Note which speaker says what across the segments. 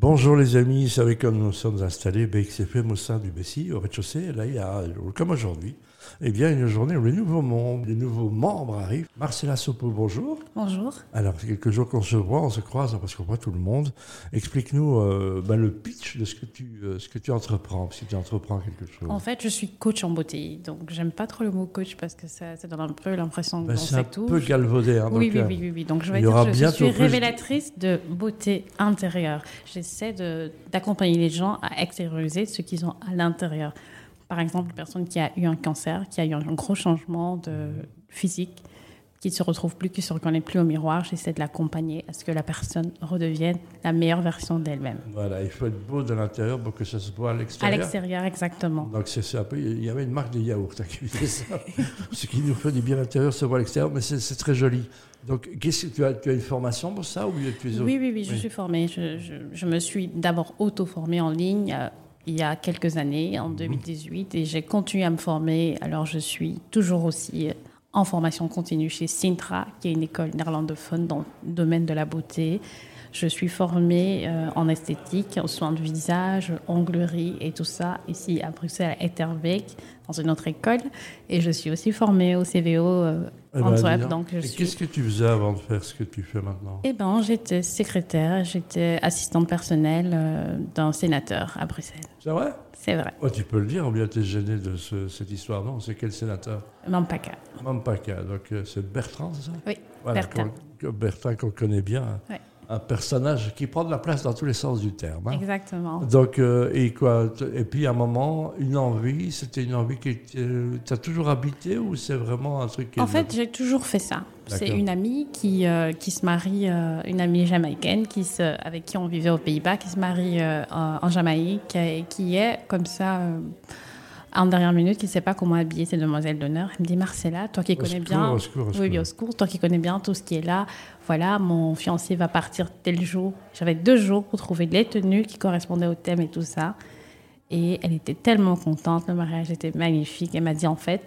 Speaker 1: Bonjour les amis, vous savez comme nous sommes installés BXFM au sein du Bessie, au rez-de-chaussée, là il y a, euh, comme aujourd'hui, eh bien une journée où les nouveaux membres, les nouveaux membres arrivent. Marcella Sopo, bonjour.
Speaker 2: Bonjour.
Speaker 1: Alors, c'est quelques jours qu'on se voit, on se croise, parce qu'on voit tout le monde. Explique-nous euh, ben, le pitch de ce que tu, euh, ce que tu entreprends, si tu entreprends quelque chose.
Speaker 2: En fait, je suis coach en beauté, donc j'aime pas trop le mot coach parce que ça, ça donne un peu l'impression
Speaker 1: Ben,
Speaker 2: qu'on
Speaker 1: c'est un
Speaker 2: sait tout.
Speaker 1: peu galvaudé. hein,
Speaker 2: oui,
Speaker 1: donc,
Speaker 2: oui,
Speaker 1: euh,
Speaker 2: oui, oui, oui. Donc je vais
Speaker 1: il y aura
Speaker 2: dire que je
Speaker 1: bientôt
Speaker 2: suis
Speaker 1: plus-
Speaker 2: révélatrice de beauté intérieure. J'essaie de- d'accompagner les gens à extérioriser ce qu'ils ont à l'intérieur. Par exemple, une personne qui a eu un cancer, qui a eu un gros changement de physique, qui ne se retrouve plus, qui ne se reconnaît plus au miroir, j'essaie de l'accompagner à ce que la personne redevienne la meilleure version d'elle-même.
Speaker 1: Voilà, il faut être beau de l'intérieur pour que ça se voit à
Speaker 2: À
Speaker 1: l'extérieur.
Speaker 2: l'extérieur, exactement.
Speaker 1: Donc c'est c'est un peu, il y avait une marque de yaourt hein, qui faisait ça. Ce qui nous fait du bien à l'intérieur se voit à l'extérieur, mais c'est c'est très joli. Donc qu'est-ce que tu as, tu as une formation pour ça ou tu es
Speaker 2: Oui, oui, oui, je
Speaker 1: Oui.
Speaker 2: suis formée. Je, je- je me suis d'abord auto-formée en ligne euh, il y a quelques années,
Speaker 1: Mhm.
Speaker 2: en 2018, et j'ai continué à me former. Alors, je suis toujours aussi euh, en formation continue chez Sintra, qui est une école néerlandophone dans le domaine de la beauté. Je suis formée euh, en esthétique, en soins de visage, onglerie et tout ça, ici à Bruxelles, à Etterbeek, dans une autre école. Et je suis aussi formée au CVO euh,
Speaker 1: Eh ben, dis
Speaker 2: Antwerp.
Speaker 1: donc.
Speaker 2: donc, je
Speaker 1: Et
Speaker 2: suis...
Speaker 1: qu'est-ce que tu faisais avant de faire ce que tu fais maintenant
Speaker 2: Eh ben, j'étais secrétaire, j'étais assistante personnelle euh, d'un sénateur à Bruxelles.
Speaker 1: C'est vrai
Speaker 2: C'est vrai,
Speaker 1: oh, Tu peux le dire, ou bien tu es gêné de ce- cette histoire Non, c'est quel sénateur
Speaker 2: Mampaka.
Speaker 1: Mampaka, donc euh, c'est Bertrand, c'est ça
Speaker 2: Oui,
Speaker 1: Voilà,
Speaker 2: Bertrand.
Speaker 1: qu'on- que Bertrand qu'on connaît bien, hein.
Speaker 2: Ouais.
Speaker 1: un personnage qui prend de la place dans tous les sens du terme. hein.
Speaker 2: Exactement.
Speaker 1: Donc, euh, et quoi t- Et puis, à un moment, une envie, c'était une envie qui t'as toujours habité ou c'est vraiment un truc qui
Speaker 2: En
Speaker 1: est-
Speaker 2: fait, j'ai toujours fait ça. C'est
Speaker 1: D'accord.
Speaker 2: une amie qui, euh, qui se marie, euh, une amie jamaïcaine qui se, avec qui on vivait aux Pays-Bas, qui se marie euh, en en Jamaïque et qui est comme ça. euh, en dernière minute, qui ne sait pas comment habiller ses demoiselles d'honneur. Elle me dit Marcella, toi qui
Speaker 1: Au
Speaker 2: connais
Speaker 1: secours,
Speaker 2: bien
Speaker 1: au secours, au
Speaker 2: Oui,
Speaker 1: secours.
Speaker 2: oui, au secours, toi qui connais bien tout ce qui est là. Voilà, mon fiancé va partir tel jour. J'avais deux jours pour trouver les tenues qui correspondaient au thème et tout ça. Et elle était tellement contente, le mariage était magnifique. Elle m'a dit en fait,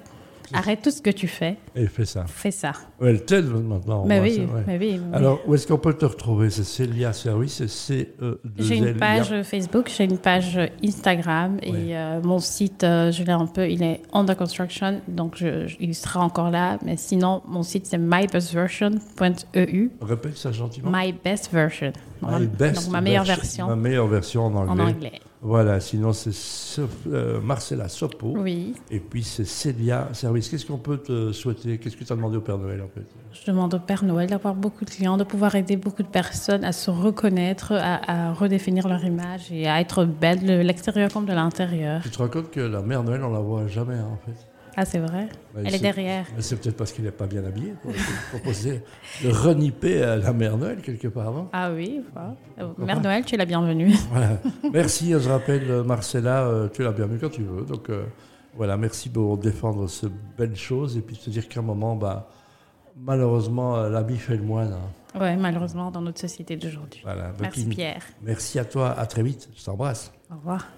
Speaker 2: arrête tout ce que tu fais,
Speaker 1: Et fait ça.
Speaker 2: fais ça.
Speaker 1: Ouais, elle t'aide maintenant.
Speaker 2: Mais
Speaker 1: moi,
Speaker 2: oui,
Speaker 1: c'est vrai.
Speaker 2: mais oui. mais
Speaker 1: Alors, où est-ce qu'on peut te retrouver C'est Célia Service, c'est c e
Speaker 2: J'ai une page Facebook, j'ai une page Instagram et
Speaker 1: Ouais.
Speaker 2: euh, mon site, euh, je l'ai un peu, il est under construction, donc je- je- il sera encore là. Mais sinon, mon site c'est E mybestversion.eu,
Speaker 1: Répète ça gentiment. Ah,
Speaker 2: my best version,
Speaker 1: My
Speaker 2: Ma-
Speaker 1: best
Speaker 2: donc ma meilleure
Speaker 1: version-
Speaker 2: version
Speaker 1: Ma meilleure version en
Speaker 2: en
Speaker 1: anglais.
Speaker 2: anglais.
Speaker 1: Voilà, sinon c'est Sof- euh, Marcella Sopo.
Speaker 2: Oui,
Speaker 1: Et puis c'est Célia Service. Qu'est-ce qu'on peut te souhaiter Qu'est-ce que tu as demandé au Père Noël en fait
Speaker 2: je demande au Père Noël d'avoir beaucoup de clients, de pouvoir aider beaucoup de personnes à se reconnaître, à, à redéfinir leur image et à être belle de l'extérieur comme de l'intérieur.
Speaker 1: Tu te rends compte que la Mère Noël, on la voit jamais hein, en fait.
Speaker 2: Ah, c'est vrai
Speaker 1: Ouais,
Speaker 2: Elle
Speaker 1: Euh, c'est-
Speaker 2: est derrière.
Speaker 1: Mais c'est peut-être parce qu'il n'est pas bien habillé. Quoi. Il proposait de reniper à la mère Noël quelque part, non
Speaker 2: Ah oui, voilà. Euh,
Speaker 1: Pourquoi
Speaker 2: Mère
Speaker 1: pas
Speaker 2: Noël, tu es la bienvenue.
Speaker 1: Voilà. Merci, je rappelle, euh, Marcella, euh, tu l'as bien vu quand tu veux. Donc euh, voilà, merci pour défendre ce belle chose et puis te dire qu'à un moment, bah, malheureusement, euh, l'habit fait le moine. hein.
Speaker 2: Ouais, malheureusement, dans notre société d'aujourd'hui.
Speaker 1: Voilà. Donc,
Speaker 2: Merci
Speaker 1: il-
Speaker 2: Pierre.
Speaker 1: Merci à toi, à très vite, je t'embrasse.
Speaker 2: Au revoir.